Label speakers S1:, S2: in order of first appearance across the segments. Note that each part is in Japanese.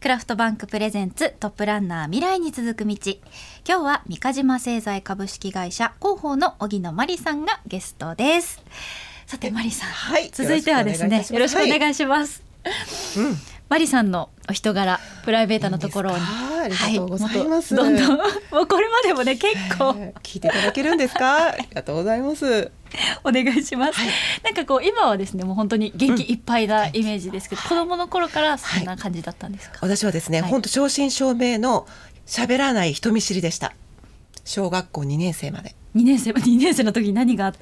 S1: クラフトバンクプレゼンツトップランナー未来に続く道今日は三ヶ島製材株式会社広報の荻野真理さんがゲストですさて真理さん、
S2: はい
S1: 続いてはですねよ
S2: よ
S1: ろ
S2: ろ
S1: し
S2: し
S1: く
S2: く
S1: お
S2: お
S1: 願
S2: 願
S1: いします、
S2: うん
S1: マリさんのお人柄プライベートのところに
S2: いいですかありがとうございます
S1: はい、もっとどんどんもうこれまでもね結構
S2: えー聞いていただけるんですかありがとうございます
S1: お願いします、なんかこう今はですねもう本当に元気いっぱいなイメージですけど、子供の頃からそんな感じだったんですか、
S2: 私はですね、
S1: はい
S2: 本当正真正銘の喋らない人見知りでした小学校2年生まで
S1: 二年生二年生の時に何があっ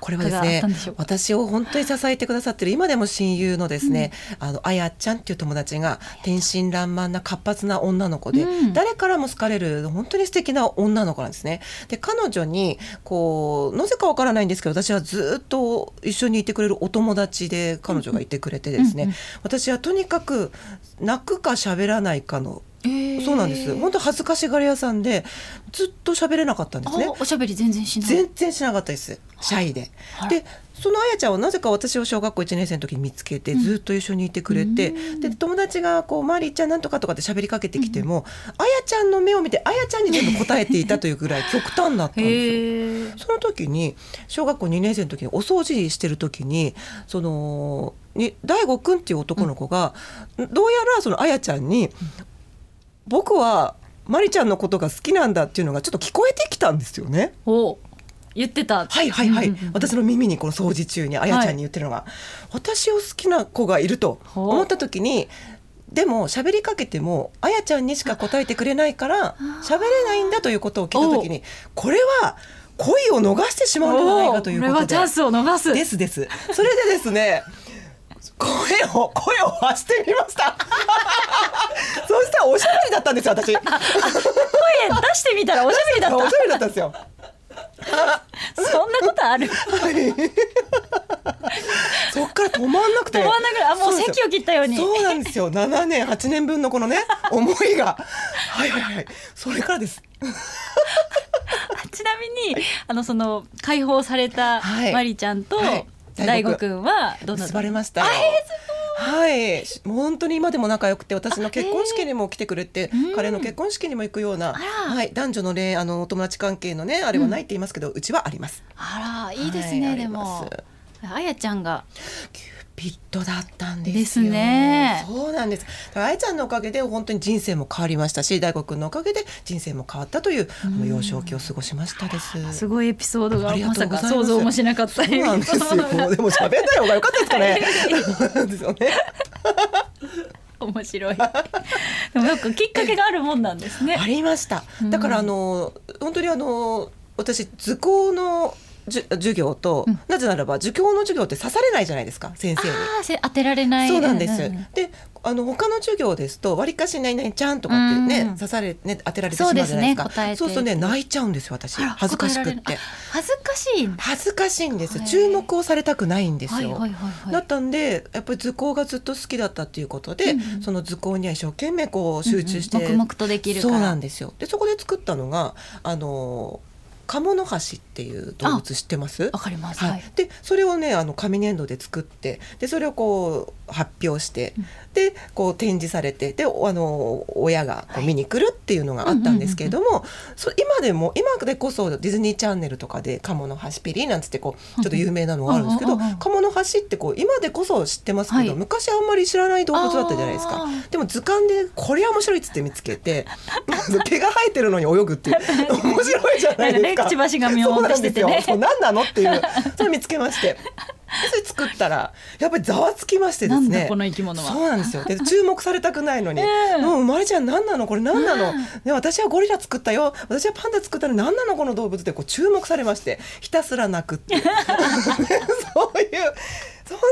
S2: これはです
S1: があっ
S2: ね
S1: たんでしょうか
S2: 私を本当に支えてくださってる今でも親友のですね、あのあやちゃんっていう友達が天真爛漫な活発な女の子で、
S1: うん
S2: 誰からも好かれる本当に素敵な女の子なんですねで彼女にこうなぜかわからないんですけど私はずっと一緒にいてくれるお友達で彼女がいてくれてですね、
S1: うんうん
S2: 私はとにかく泣くか喋らないかのそうなんです本
S1: 当
S2: 当恥ずかしがり屋さんでずっと喋れなかったんですね
S1: おしゃべり全然しない
S2: 全然しなかったですシャイで
S1: あら
S2: でそのあやちゃんはなぜか私を小学校1年生の時に見つけてずっと一緒にいてくれて、
S1: うん
S2: で友達がこう「マリーちゃんなんとか」とかって喋りかけてきても、あやちゃんの目を見てあやちゃんに全部答えていたというぐらい極端だったんですよ。
S1: へえ
S2: その時に小学校2年生の時にお掃除してる時にそのに大悟くんっていう男の子が、どうやらそのあやちゃんに「僕はマリちゃんのことが好きなんだ」っていうのがちょっと聞こえてきたんですよね。
S1: お言ってた
S2: はいはいはい、
S1: うんうんうん
S2: 私の耳にこの掃除中にあやちゃんに言ってるのが、私を好きな子がいると
S1: ほう
S2: 思った時にでも喋りかけてもあやちゃんにしか答えてくれないから喋れないんだということを聞いた時にこれは恋を逃してしまうんじゃない
S1: お
S2: か
S1: こと
S2: い
S1: れ
S2: うこ
S1: は
S2: と
S1: チ
S2: で
S1: ャンスを逃す
S2: ですですそれでですね声を声を発してみました そしたらおしゃべりだったんですよ 私
S1: 声出してみたらおしゃべりだっ
S2: お
S1: た
S2: しゃべりだったんですよ
S1: そんなこと ある
S2: そっから止まんなくて
S1: 止まんなくてあもう
S2: そですよ
S1: 席を切ったように
S2: そうなんですよ7年8年分のこの ね思いがはいはいはいそれからです
S1: あちなみに、あのその解放された
S2: はい
S1: マリちゃんと
S2: はい
S1: 大悟くんはどうなっ
S2: 結
S1: た
S2: ばれましたよはいしもう本当に今でも仲良くて私の結婚式にも来てくれて、
S1: えーうん
S2: 彼の結婚式にも行くような、
S1: ら
S2: はい、男女の恋あのお友達関係のねあれはないって言いますけど、うちはあります
S1: あらいいですね、
S2: はい
S1: で
S2: あ
S1: も
S2: ります
S1: あやちゃんが
S2: キューピッドだったんですよ
S1: ですね
S2: そうなんですだから愛ちゃんのおかげで本当に人生も変わりましたし大悟くんのおかげで人生も変わったという、あの幼少期を過ごしましたです
S1: すごいエピソードが
S2: あり
S1: ま
S2: がと
S1: さ
S2: うご
S1: か
S2: ざいます
S1: 想像もしなかった
S2: そうなん ですよ。
S1: エピソードが
S2: でも喋んない方が良かったですかね。 そうですよね。
S1: 面 白いでもなんかきっかけがあるもんなんですね
S2: ありました。だからあの本当にあの私図工のじゅ授業と、
S1: うん
S2: なぜならば授業の授業って刺されないじゃないですか先生に。
S1: ああせ当てられない
S2: そうなんです。
S1: ん
S2: で、あの他の授業ですと、わりかし何々ちゃんとかって
S1: うんう
S2: ね
S1: ん、
S2: 刺され、ね、当てられてしまうじゃないです
S1: そ
S2: か。
S1: うですね答えて
S2: そうするとね、泣いちゃうんですよ、私。
S1: あら
S2: 恥ずかしくっ
S1: 答えられ
S2: て
S1: る。あ恥ずかしいんだ
S2: 恥ずかしいんで
S1: へ
S2: す。
S1: ー
S2: 注目をされたくないんです
S1: はい
S2: よ。
S1: はいはいはい
S2: だったんでやっぱり図工がずっと好きだったっていうことで、
S1: うんうん
S2: その図工には一生懸命こう集中して、
S1: うんうん黙々とできるから
S2: そうなんですよでそこで作ったのがあの鴨の橋っていう動物知ってます
S1: わかります、
S2: は
S1: はい
S2: い、でそれをねあの紙粘土で作ってでそれをこう発表して、でこう展示されてでおあの親がこう見に来るっていうのがあったんですけれども、そ今でも今でこそディズニーチャンネルとかで「鴨の橋ピリ」なんつってこうちょっと有名なのがあるんですけ
S1: う
S2: ど
S1: んうんうんうんうん
S2: 鴨の橋ってこう今でこそ知ってますけど、
S1: はい
S2: 昔あんまり知らない動物だったじゃないです
S1: あ
S2: か
S1: ー。
S2: でも図鑑でこれは面白いっつって見つ けて毛が生えてるのに泳ぐっていう面白いじゃない
S1: な
S2: ですか。
S1: んかねくちばしがみを持ってしててね
S2: そうなんですよそう何なのっていうそれ見つけ ましてそれ作ったらやっぱりざわつきましてですね
S1: なんだこの生き物は
S2: そうなんですよで注目されたくないのに「
S1: ええ
S2: もうまれちゃん何なのこれ何なの、ね、私はゴリラ作ったよ私はパンダ作ったの何なのこの動物」ってこう注目されましてひたすら泣くっていうねそういうそんな、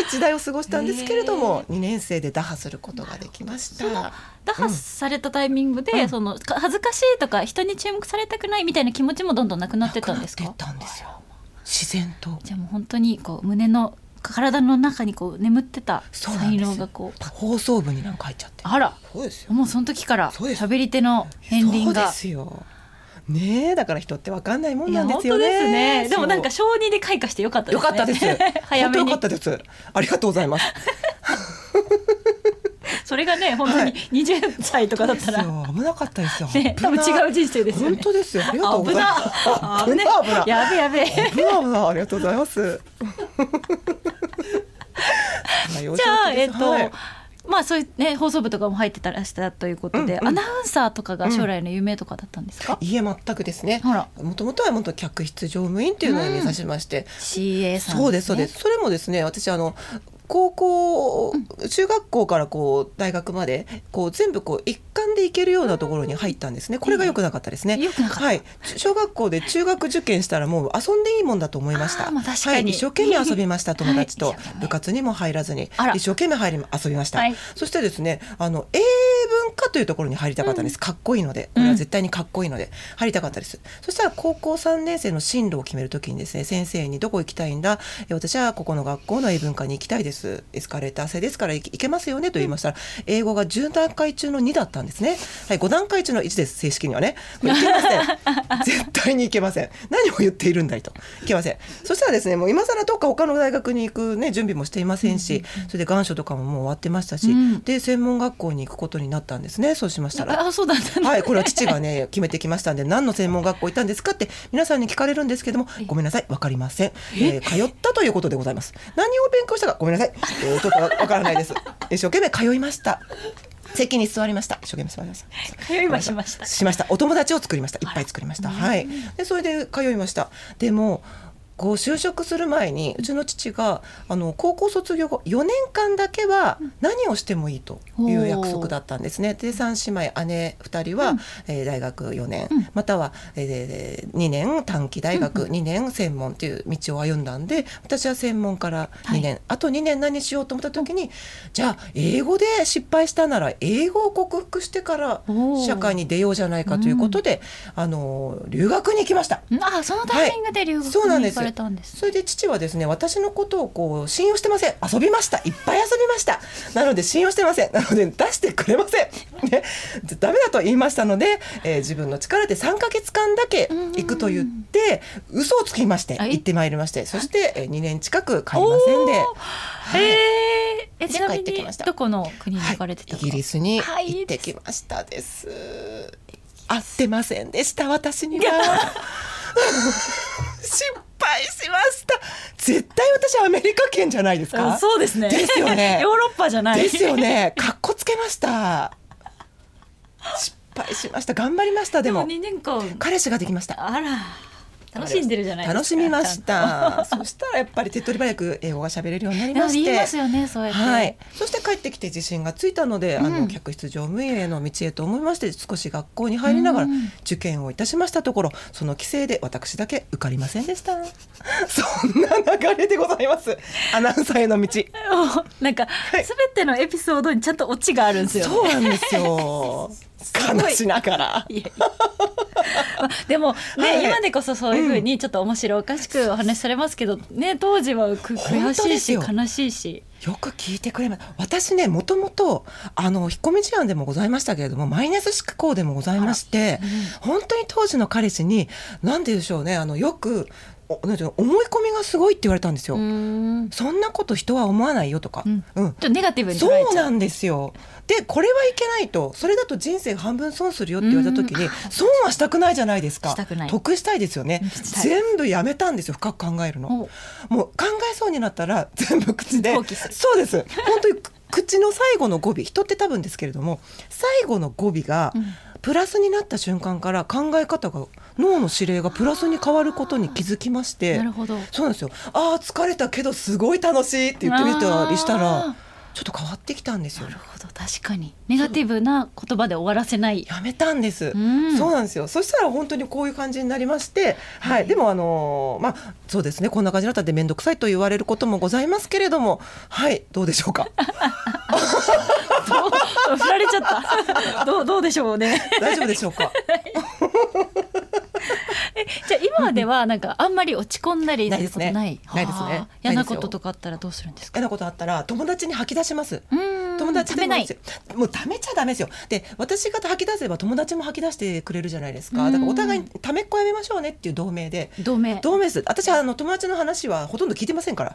S2: ね、時代を過ごしたんですけれども、2年生で打破することができまし
S1: その
S2: た。
S1: 打破されたタイミングで、そのか恥ずかしいとか人に注目されたくないみたいな気持ちもどんどんなくなってったんです
S2: な
S1: か
S2: くなってったんですよ自然と
S1: じゃあもう本当にこう胸の体の中にこう眠ってた
S2: そうなん
S1: 才
S2: ですよ
S1: 能がこう
S2: 放送部になんか入っちゃって
S1: あら
S2: そうですよ
S1: もうその時から
S2: そうです
S1: 喋り手の片鱗
S2: そう
S1: が
S2: ですよねえだから人ってわかんないもん
S1: い
S2: な
S1: や
S2: んで
S1: 本
S2: すよ
S1: 当
S2: ね
S1: ですねでもなんか
S2: そ
S1: 小児で開花してよかったで
S2: うよ
S1: すね
S2: かったです
S1: 早め
S2: 本当
S1: に
S2: よかったですありがとうございます
S1: それがね本当に20歳とかだったら、
S2: そう危なかったですよ。
S1: ね、多分違う人生ですよ
S2: 本
S1: ね。
S2: 当ですよ。ありがとうご
S1: 危
S2: ざい
S1: な
S2: ます。あ
S1: 危
S2: 危
S1: ね
S2: ない危ない
S1: やべやべじ
S2: 危ない危ないありがとうござ います。はいお上手です
S1: ゃあえっと、
S2: はい
S1: まあそういうね放送部とかも入ってたらしたということで、
S2: うんうん
S1: アナウンサーとかが将来の夢とかだったんですか、
S2: いいえ全くですね。
S1: ほら
S2: もともとは元客室乗務員っていうのを目指しまして、
S1: CA さん、ね、
S2: そうですそうです。それもですね、私あの高校、中学校からこう大学までこう全部こう一貫で行けるようなところに入ったんですね。これが良くなかったですね。
S1: 良くなかった
S2: はい。小学校で中学受験したらもう遊んでいいもんだと思いまし
S1: あ
S2: た。
S1: ーまあ確かに
S2: はい、一生懸命遊びました友達と、
S1: はい一生懸命
S2: 部活にも入らずに
S1: あら
S2: 一生懸命入り遊びました。
S1: はい
S2: そしてですね、あの英文科というところに入りたかったんです。かっこいいので、
S1: うん
S2: これは絶対にかっこいいので入りたかったです。そしたら高校3年生の進路を決めるときにですね、先生にどこ行きたいんだ、え私はここの学校の英文科に行きたいです。エスカレーター制ですから行行けますよねと言いましたら、英語が10段階中の2だったんですね。はい、5段階中の1です、正式にはね。これ行けま せん。絶対に行けません。何を言っているんだいと。行けません。そしたらですね、もう今更どっか他の大学に行くね、準備もしていませんし、それで願書とかももう終わってましたし、
S1: うん
S2: で、専門学校に行くことになったんですね。そうしましたら。
S1: あそうだったんだ
S2: はい、これは父がね、決めてきましたんで、何の専門学校行ったんですかって、皆さんに聞かれるんですけども、ごめんなさい、わかりません。えー通ったということでございます。何を勉強したか、ごめん なさい、えーちょっとわからないです。一生懸命通いま した。席に座りました。一生懸命座りまし た。
S1: 通いはしました
S2: しました。お友達を作りました。いっぱい作りました。はい。で、それで通いました。でも。こう就職する前にうちの父があの高校卒業後4年間だけは何をしてもいいという約束だったんですね。で3姉妹姉2人は、えー大学4年、
S1: うん
S2: または、えー、2年短期大学2年専門という道を歩んだんで私は専門から2年、あと2年何しようと思った時にじゃあ英語で失敗したなら英語を克服してから
S1: おー
S2: 社会に出ようじゃないかということで、あの留学に行きました。
S1: あそのタイミングで留学
S2: そうなん
S1: に
S2: で
S1: 行
S2: す
S1: かれたんです,、
S2: それで父はですね私のことをこう信用してません遊びましたいっぱい遊びましたなので信用してませんなので出してくれません、ね、ダメだと言いましたので、えー自分の力で3ヶ月間だけ行くと言って嘘をつきまして
S1: はい
S2: 行ってまいりましてそしてえー2年近く帰りませんで
S1: おー
S2: い
S1: へええ
S2: で
S1: ちなみ
S2: 帰ってき
S1: に
S2: ました
S1: どこの国に行かれてた
S2: イ
S1: か、
S2: ギリスに
S1: あい
S2: 行
S1: い
S2: って
S1: です
S2: きましたです。合ってませんでした私には失敗しました絶対私アメリカ圏じゃないです
S1: あ
S2: か
S1: そうですね
S2: ですよね
S1: ヨーロッパじゃない
S2: ですよねかっこつけました失敗しました頑張りましたで
S1: でも
S2: も
S1: 2年間
S2: 彼氏ができました
S1: あら楽しんでるじゃないですか
S2: 楽しみまし
S1: ちゃんと
S2: たそしたらやっぱり手っ取り早く英語が喋れるようになり
S1: で
S2: ま
S1: も
S2: して
S1: 言いますよねそうやって、
S2: はい、そして帰ってきて自信がついたので、あ
S1: う
S2: の
S1: ん
S2: 客室乗務員への道へと思いまして少し学校に入りながら
S1: うん
S2: 受験をいたしましたところその規制で私だけ受かりませんでした そんな流れでございますアナウンサーへの道
S1: なんか
S2: い
S1: すべてのエピソードにちゃんとオチがあるんですよね、
S2: そうなんですよ 悲しながら
S1: いやいやまあでもね、
S2: はい
S1: 今でこそそういうふうにちょっと面白おかしくお話しされますけど、ね当時はく悔
S2: 本
S1: し
S2: 当
S1: い
S2: です
S1: し
S2: よ
S1: 悲しいし
S2: よく聞いてくれます私ねもともとあの引っ込み事案でもございましたけれどもマイナス思考でもございまして、本当に当時の彼氏に何ででしょうねあのよくおなんていうの思い込みがすごいって言われたんですよ。
S1: うん
S2: そんなこと人は思わないよとか、
S1: うん
S2: う
S1: ちょ
S2: ん
S1: っとネガティブに捉え
S2: そう
S1: ちゃう
S2: なんですよでこれはいけないとそれだと人生半分損するよって言われた時に損はしたくないじゃないですか
S1: したくない
S2: 得したいですよね
S1: したい
S2: 全部やめたんですよ深く考えるの
S1: お
S2: もう考えそうになったら全部口で
S1: 放棄する
S2: そうです本当にく口の最後の語尾人って多分ですけれども最後の語尾が
S1: うん
S2: プラスになった瞬間から考え方が脳の指令がプラスに変わることに気づきまして
S1: なるほど
S2: そうなんですよ。ああ疲れたけどすごい楽しいって言ってみたりした
S1: あー
S2: らちょっと変わってきたんですよ
S1: な。るほど確かにネガティブな言葉で終わらせない
S2: やめたんです、
S1: うん
S2: そうなんですよそしたら本当にこういう感じになりまして、はい
S1: はい
S2: でもあのーまあそうですねこんな感じになったんで面倒くさいと言われることもございますけれどもはいどうでしょ うか
S1: 振られちゃ ったどうどうでしょうね
S2: 大丈夫でしょうか
S1: じゃあ今ではなんかあんまり落ち込んだり
S2: ないですね
S1: ない
S2: ないですね
S1: はあ
S2: ないですよ
S1: 嫌なこととかあったらどうするんですか
S2: 嫌なことあったら友達に吐き出します
S1: うん
S2: 友達
S1: 食
S2: で
S1: べ
S2: も
S1: ない
S2: い
S1: い
S2: ですよもう貯めちゃダメですよで私が吐き出せば友達も吐き出してくれるじゃないですかだからお互いにためっこやめましょうねっていう同盟で
S1: 同盟
S2: 同盟です私あの友達の話はほとんど聞いてませんから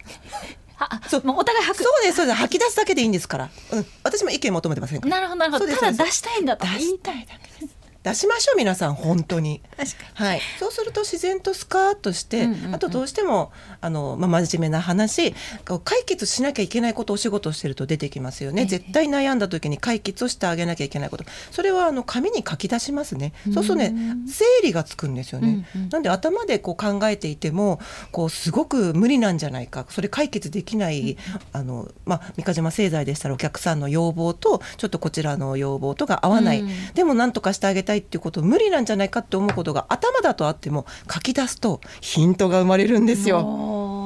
S1: あ
S2: そう
S1: もうお互い吐
S2: そ
S1: く
S2: うですそうです吐き出すだけでいいんですから、うん、私も意見求めてませんから
S1: なるほどなるほ
S2: そう
S1: ど
S2: です
S1: た
S2: そう
S1: だ
S2: で
S1: 出したいんだと
S2: 出
S1: 言い
S2: したた
S1: い
S2: いだけです出しましょう皆さん本当に
S1: 確かに
S2: はい、そうすると自然とスカーッとして、
S1: うんうんうん
S2: あとどうしてもあの、まあ、真面目な話こう解決しなきゃいけないことをお仕事をしてると出てきますよね、
S1: ええ
S2: 絶対悩んだ時に解決をしてあげなきゃいけないことそれはあの紙に書き出しますねそうするとね
S1: うん
S2: 整理がつくんですよね、
S1: うんうん
S2: なんで頭でこう考えていてもこうすごく無理なんじゃないかそれ解決できない、あのまあ、三ヶ島製材でしたらお客さんの要望とちょっとこちらの要望とが合わない、
S1: うん
S2: でも何とかしてあげたいっていうこと無理なんじゃないかって思うことが頭だとあっても書き出すとヒントが生まれるんですよ。
S1: おー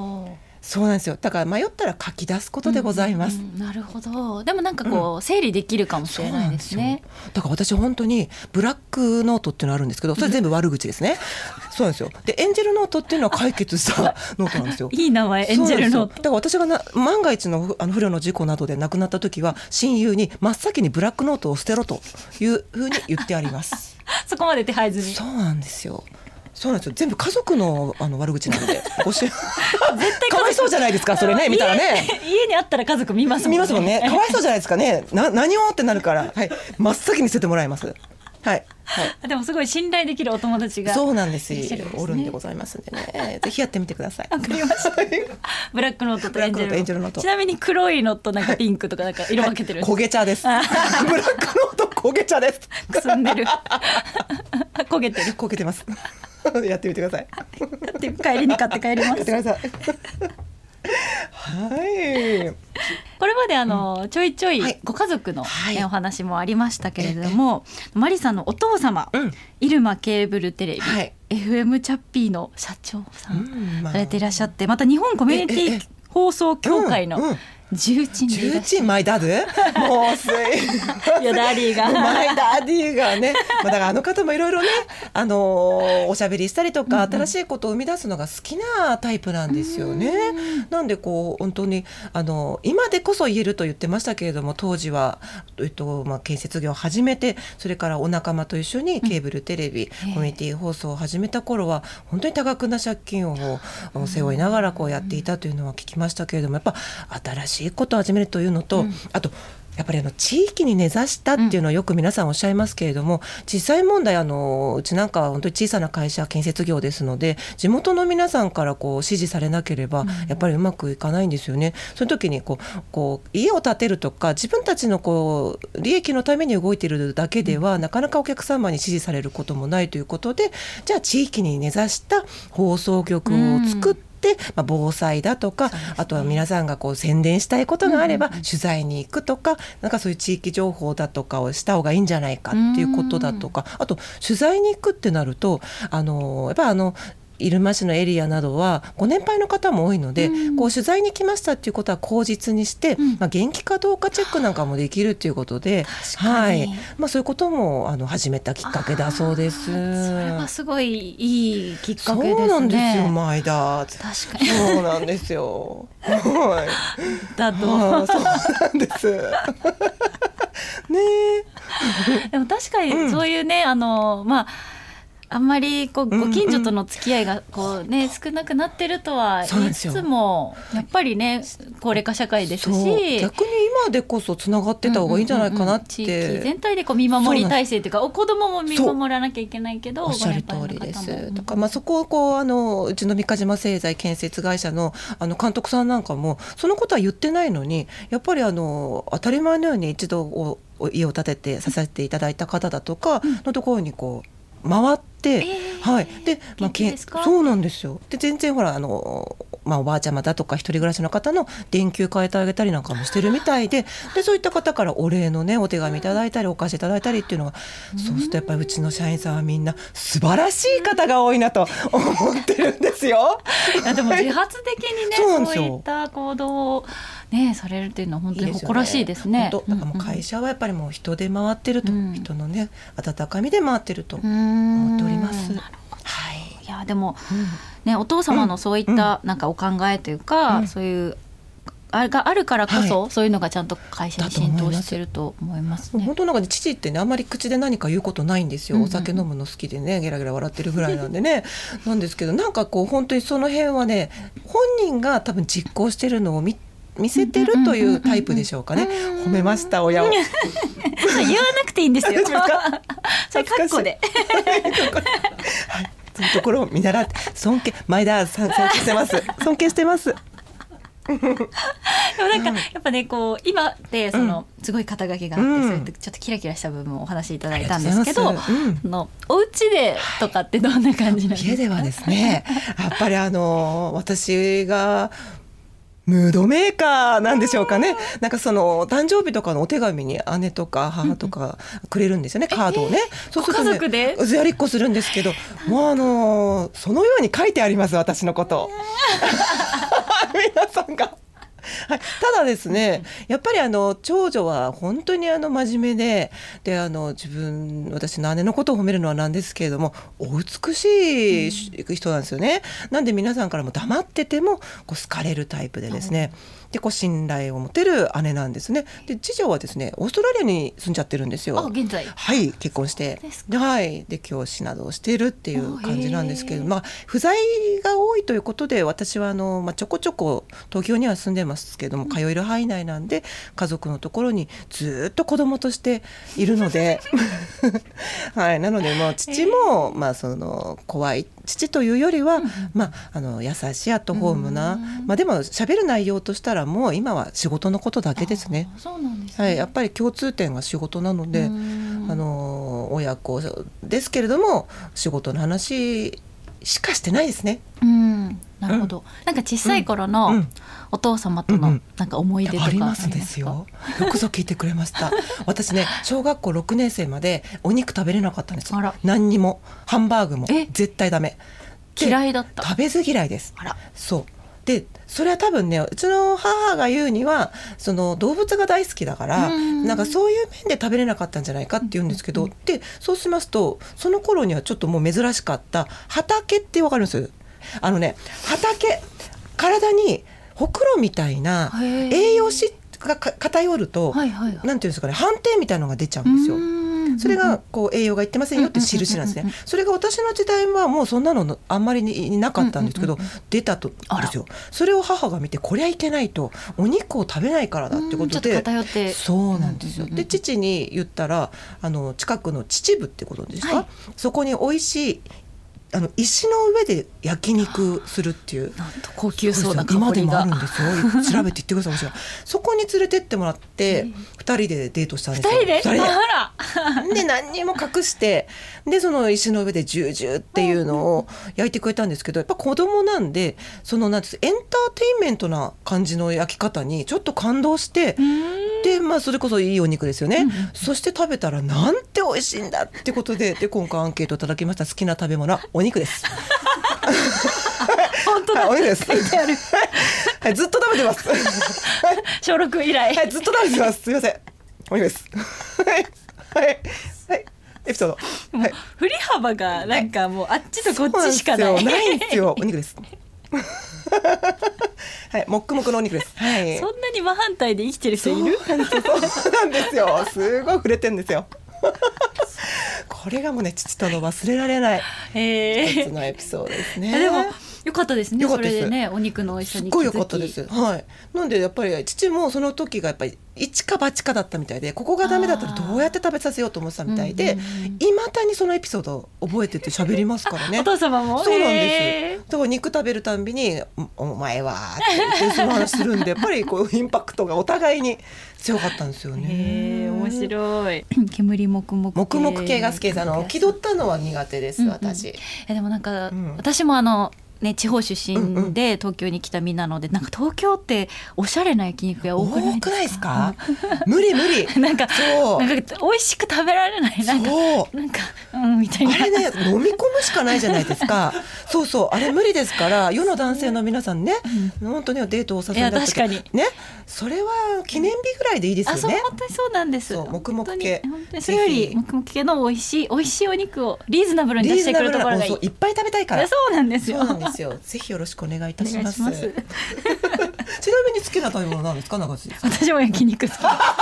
S2: そうなんですよだから迷ったら書き出すことでございます。
S1: うんうんなるほどでもなんかこう、整理できるかもし
S2: そう
S1: れな
S2: ないん
S1: で
S2: です
S1: す
S2: よ
S1: ね。
S2: だから私本当にブラックノートっていうのあるんですけど、それ全部悪口ですね。そうなんですよ。で、エンジェルノートっていうのは解 決したノートなんですよ。
S1: いい名前エンジェル
S2: そうな
S1: ノ
S2: ん
S1: ー
S2: ですよ
S1: ト
S2: だから私がな万が一のふあの不慮の事故などで亡くなった時は親友に真っ先にブラックノートを捨てろというふうに言ってあります。
S1: そこまで手配済み
S2: そうなんですよ。そうなんですよ。全部家族のあの悪口な ので、ごしかわいそうじゃないですか。それね見たらね。
S1: 家家にあったら家族見ますもん
S2: 見ますも んね。かわいそうじゃないですかね。な何をってなるから、はい、真っ先に捨ててもらいます。はい。はい。
S1: でもすごい信頼できるお友達が
S2: そうなんです
S1: いらっしゃるんですね
S2: おるんでございますんで ね。ぜひやってみてください。
S1: わかりました ブラックノートとエンジェルノート
S2: ブラックノートエンジェルノート
S1: ちなみに黒いのとなんかピンクとかなんか色分けてる、
S2: 焦げ茶 です。ブラックノート焦げ茶 です。
S1: くすんでる 焦げてる
S2: 焦げてます。 やってみてください。
S1: で帰りに買って帰りま
S2: やっ
S1: す
S2: てくださ い。はい。
S1: これまであの、ちょいちょい
S2: はい
S1: ご家族の、ね
S2: はい
S1: お話もありましたけれども、マリさんのお父様、
S2: うん
S1: 入間ケーブルテレビ、
S2: はい
S1: FM チャッピーの社長さん、
S2: うんまあ
S1: されていらっしゃってまた日本コミュニテ
S2: えええ
S1: ィ放送協会
S2: うんう
S1: の
S2: ん
S1: 重鎮でいら
S2: 重
S1: っし
S2: 鎮マイダ ディもうす
S1: ゃ
S2: い
S1: るいやダーリーが
S2: マイダディが ね、まあ、だからあの方もいろいろね、あのーおしゃべりしたりとか、新しいことを生み出すのが好きなタイプなんですよね。なんでこう本当にあの今でこそ言えると言ってましたけれども、当時はえっとまあ建設業を始めて、それからお仲間と一緒にケーブルテレビ、
S1: ええ
S2: コミュニティ放送を始めた頃は本当に多額な借金をを背負いながらこうやっていたというのは聞きましたけれども、やっぱ新しいことを始めるというのと、あとやっぱりあの地域に根ざしたっていうのをよく皆さんおっしゃいますけれども、実際問題あのうちなんかは本当に小さな会社建設業ですので地元の皆さんからこう支持されなければやっぱりうまくいかないんですよね。その時にこうこう家を建てるとか自分たちのこう利益のために動いているだけでは、なかなかお客様に支持されることもないということでじゃあ地域に根ざした放送局を作って。まあ、防災だとか、あとは皆さんがこう宣伝したいことがあれば取材に行くとか、なんかそういう地域情報だとかをした方がいいんじゃないかっていうことだとか、あと取材に行くってなるとあのやっぱりあの入間市のエリアなどはご年配の方も多いので、こう取材に来ましたっていうことは口実にして、まあ、元気かどうかチェックなんかもできるということで、
S1: か
S2: は
S1: に
S2: いまあ、そういうこともあの始めたきっかけだそうです。
S1: それはすごいいいきっかけですね
S2: そうなんですよ前田
S1: 確かに
S2: そうなんで すよ。はい。
S1: だ
S2: あ
S1: と
S2: あそうなんです。 ね
S1: でも確か
S2: う
S1: に
S2: ん
S1: そういうね、あのまああんまりこう
S2: うん
S1: ご近所との付き合いがこうね少なくなってるとは
S2: そうな
S1: 言
S2: ん
S1: い
S2: です
S1: つ
S2: よ
S1: つもやっぱりね高齢化社会
S2: え。
S1: です
S2: そう
S1: し
S2: 逆に今でこそつながってた方がいいんじゃないかなって。
S1: うんうんうん地域全体でこう見守り体制というかお子供も見守らなきゃいけないけど
S2: おっしゃる
S1: ご
S2: 通り
S1: 年配
S2: で
S1: の方も
S2: す。だからまあそこをこうあのうちの三ヶ島製材建設会社のあの監督さんなんかもそのことは言ってないのにやっぱりあの当たり前のように一度おお家を建ててさせていただいた方だとかのところにこう回って、
S1: えー
S2: はいでま
S1: 元
S2: あ
S1: 気ですか
S2: けそうなんですよ。で全然ほらあのまあおばあちゃまだとか一人暮らしの方の電球変えてあげたりなんかもしてるみたいで、でそういった方からお礼のねお手紙いただいたりお菓子いただいたりっていうのが、そうするとやっぱりうちの社員さんはみんな素晴らしい方が多いなと 思ってるんですよ。
S1: いやでも自発的にね
S2: そうなん
S1: そ
S2: で
S1: う
S2: すよ
S1: いった行動をねされるというのは本当に誇らしいですね。
S2: 本当だからもう会社はやっぱりもう人で回ってると、
S1: うん
S2: 人のね温かみで回ってると
S1: 思
S2: 思っております。
S1: い
S2: はい。
S1: やでも、ねお父様のそういったなんかお考えというか、そういうあれがあるからこそ、そういうのがちゃんと会社に浸透してると思いますね
S2: 本。当なんかね父ってねあんまり口で何か言うことないんですよ、
S1: うんうん
S2: お酒飲むの好きでねゲラゲラ笑ってるぐらいなんでね なんですけどなんかこう本当にその辺はね本人が多分実行してるのを見見せてるというタイプでしょうかね
S1: うんうんうんうん
S2: 褒めました 親を
S1: そ れ言わなくていいんですよ
S2: 大丈夫です。
S1: それカッコで。
S2: はいそういうところを見習って尊敬前田さん尊敬してます尊敬してます
S1: でもなんかやっぱねこう今ってそのすごい肩書きがあって、
S2: うん
S1: そうやってちょっとキラキラした部分をお話しいただいたんですけ
S2: あ
S1: ど、
S2: りがとうございます
S1: あのお家でとかってどんな感じなんですか。
S2: 家ではですね やっぱりあの私がムードメーカーなんでしょうかねなんかその誕生日とかのお手紙に姉とか母とかくれるんですよね、カードをね、そうするとね
S1: ご家族
S2: やりっこするんですけどもうあのそのように書いてあります私のこと。 皆さんが。はい、ただですね、やっぱりあの長女は本当にあの真面目でであの自分私の姉のことを褒めるのはなんですけれどもお美しいし人なんですよね、なんで皆さんからも黙っててもこう好かれるタイプでですね、でこう信頼を持てる姉なんですねで次女はですねオーストラリアに住んじゃってるんですよ。
S1: あ現在。
S2: はい結婚して
S1: です
S2: ではいで教師などをしているっていう感じなんですけ
S1: お
S2: ど、
S1: ーへー
S2: まあ不在が多いということで私はあのまあちょこちょこ東京には住んでますけども通える範囲内なんで家族のところにずっと子供としている ので、はいなのでもう父もまあその怖い父というよりは、まああの優しいアットホーム
S1: う
S2: なんまあでも喋る内容としたらもう今は仕事のことだけですね。
S1: あ。そうなんです、ね。
S2: はい、やっぱり共通点が仕事なので、
S1: うん
S2: あの親子ですけれども仕事の話しかしてないですね。
S1: うん。なるほど。なんか小さい頃
S2: う
S1: の
S2: ん
S1: お父様と
S2: うんう
S1: の
S2: ん
S1: なんか思い出とか
S2: あ
S1: あり
S2: り
S1: ま
S2: ますす
S1: か
S2: です。よ。よくぞ聞いてくれ ました。私ね小学校6年生までお肉食べれなかったんです
S1: あら。
S2: 何にもハンバーグも
S1: え
S2: 絶対ダメ。で
S1: 嫌いだった。
S2: 食べず嫌いです。
S1: あら。
S2: そうでそれは多分ねうちの母が言うにはその動物が大好きだから
S1: うん
S2: なんかそういう面で食べれなかったんじゃないかって言うんですけ
S1: う
S2: どでそうしますとその頃にはちょっともう珍しかった畑ってわかりますあのね畑体にほくろみたいな
S1: へー
S2: 栄養士がか偏ると
S1: はいはいはい。
S2: なんていうんですかね斑点みたいのが出ちゃうんですよ。
S1: よ
S2: それがこう栄養がいってませんよって印なんです
S1: うんうんうんうん
S2: ね。それが私の時代はもうそんなのあんまりになかったんですけ
S1: う
S2: ど
S1: んう
S2: 出たと
S1: あら
S2: ですよ。それを母が見てこりゃいけないとお肉を食べないからだってこと
S1: うんちょっ
S2: で
S1: と。偏って
S2: そうなんですよ。
S1: うんうんうん
S2: で父に言ったらあの近くの秩父ってことです
S1: はい
S2: か。そこに美味しいあの石の上で焼肉するっていう。
S1: なんと高級そうな
S2: 今
S1: 香
S2: で
S1: り
S2: もあ
S1: が
S2: るんです よ。調べて言ってください。もしよかったらそこに連れてってもらって
S1: ええ
S2: 二人でデートしたんで
S1: 二
S2: すよ。
S1: 人で
S2: 二人で
S1: あ
S2: で何にも隠してでその石の上でジュージューっていうのを焼いてくれたんですけどやっぱ子供なんでそのなんていうんですエンターテインメントな感じの焼き方にちょっと感動して
S1: らうん
S2: でまあそれこそいいお肉ですよね、
S1: うんうん
S2: そして食べたらなんて美味しいんだってことでで今回アンケートいただきました好きな食べ物はお肉です。
S1: 本当だ
S2: はいおいです
S1: 書いてある
S2: はいずっと食べてます。
S1: 小六以来、
S2: はいずっと食べてます。すみません。お肉です。はいはいはいエピソード。
S1: もう
S2: はい
S1: 振り幅がなんかもうあっちとこっちしか
S2: そ
S1: な
S2: う
S1: い
S2: んですよないんですよ。お肉です。 はい、もっくもくのお肉です。はい。
S1: そんなに真反対で生きてる人いる
S2: そうなんですよそうなんですよ。すごい触れてんですよ。 これがもうね、父との忘れられない
S1: え
S2: 別
S1: ー
S2: のエピソードですね。
S1: でも良かったですね
S2: 良か
S1: そ
S2: ったで
S1: れ
S2: す
S1: でねお肉の美味しさ
S2: すっ
S1: に気づ
S2: ご
S1: き
S2: い良かったです。はい。なんでやっぱり父もその時がやっぱり一か八かだったみたいで、ここがダメだったらどうやって食べさせようと思ってたみたい
S1: あ
S2: で
S1: ーうんうんうん、
S2: いまだにそのエピソードを覚えてて喋りますからね。
S1: お父様も
S2: そうなん
S1: えー
S2: です。だから肉食べるたんびに「おお前は」って言ってその話するん でやっぱりこうインパクトがお互いに強かったんですよね。
S1: えー面白い煙黙々
S2: 黙々系が好きです。あの気取ったのは苦手です
S1: うんうん
S2: 私。
S1: えでもなんか、
S2: うん
S1: 私もあのね地方出
S2: うんう
S1: 身
S2: ん
S1: で東京に来た身なので、なんか東京っておしゃれな焼肉屋多くない
S2: 多くない
S1: で
S2: ですす
S1: か
S2: か？ 無理無理。
S1: なんか
S2: そう
S1: なんか美味しく食べられないなんか
S2: そう。
S1: なんかうんみたいな
S2: あれね飲み込むしかないじゃないですか。そうそうあれ無理ですから世の男性の皆さんね、本当にデートをお誘いだった時
S1: いや確か
S2: ねそれは記念日ぐらいでいいですよ
S1: あ
S2: ね。
S1: そう本当にそうなんです
S2: そう黙々系
S1: 本当に本当にそれよ
S2: ぜ
S1: り
S2: ひ
S1: 黙々系の美味しい美味しいお肉をリーズナブルに出
S2: リー
S1: し
S2: ズ
S1: てく
S2: ナブ
S1: ると
S2: ル
S1: ころ
S2: な
S1: が
S2: も
S1: いうい
S2: そういっぱい食べたいから。
S1: そうなんですよ
S2: そうなんです よ。ぜひよろしくお願いいたしま す。
S1: お願いします
S2: ちなみに好きな食べ物なんですか、長地さん。
S1: 私も焼肉好きあ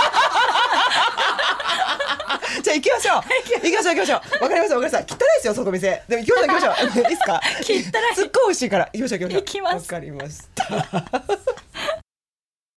S2: じゃあ行きましょう。行きましょう行きましょう。わかりましたわかりました。汚いですよそこ店。でも行きましょ う行きましょう。いいですか。
S1: 汚い
S2: すっごい美味しいから行きましょう行きましょう。
S1: 行きます
S2: わかりました。